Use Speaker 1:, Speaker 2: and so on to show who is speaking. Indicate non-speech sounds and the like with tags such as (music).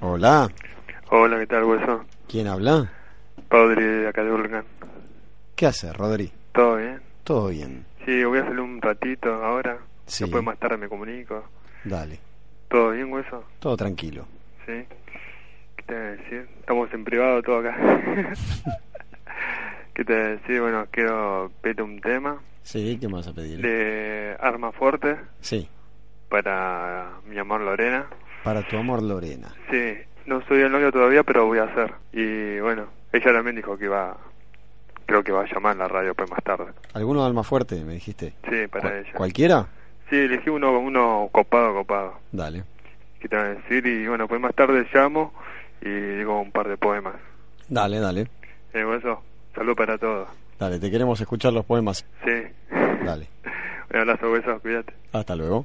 Speaker 1: Hola,
Speaker 2: Hola, ¿qué tal, hueso?
Speaker 1: ¿quién habla?
Speaker 2: Padre de acá de Burlingame.
Speaker 1: ¿Qué hace, Rodri?
Speaker 2: ¿Todo bien?
Speaker 1: Todo bien.
Speaker 2: Sí, voy a salir un ratito ahora.
Speaker 1: Sí.
Speaker 2: Después más tarde me comunico.
Speaker 1: Dale,
Speaker 2: ¿Todo bien, hueso?
Speaker 1: todo tranquilo.
Speaker 2: Sí. ¿Qué te voy a decir? Estamos en privado
Speaker 1: (laughs)
Speaker 2: todo acá. ¿Qué te voy a decir? Bueno, quiero pedirte un tema
Speaker 1: Sí, ¿qué me vas a pedir?
Speaker 2: de Arma Fuerte
Speaker 1: Sí,
Speaker 2: para mi amor Lorena.
Speaker 1: para tu amor, Lorena.
Speaker 2: Sí, no soy el novio todavía, pero voy a hacer. Y bueno, ella también dijo que iba... Creo que va a llamar a la radio pues más tarde.
Speaker 1: ¿Alguno de alma fuerte, me dijiste?
Speaker 2: Sí, para
Speaker 1: ¿Cual-
Speaker 2: ella.
Speaker 1: ¿Cualquiera?
Speaker 2: Sí, elegí uno, uno copado, copado.
Speaker 1: Dale,
Speaker 2: que te van a decir y bueno pues más tarde llamo y digo un par de poemas
Speaker 1: dale, dale.
Speaker 2: Eh, bueno, eso salud para todos
Speaker 1: Dale, te queremos escuchar los poemas.
Speaker 2: sí (laughs)
Speaker 1: Dale,
Speaker 2: un abrazo hueso cuídate
Speaker 1: hasta luego.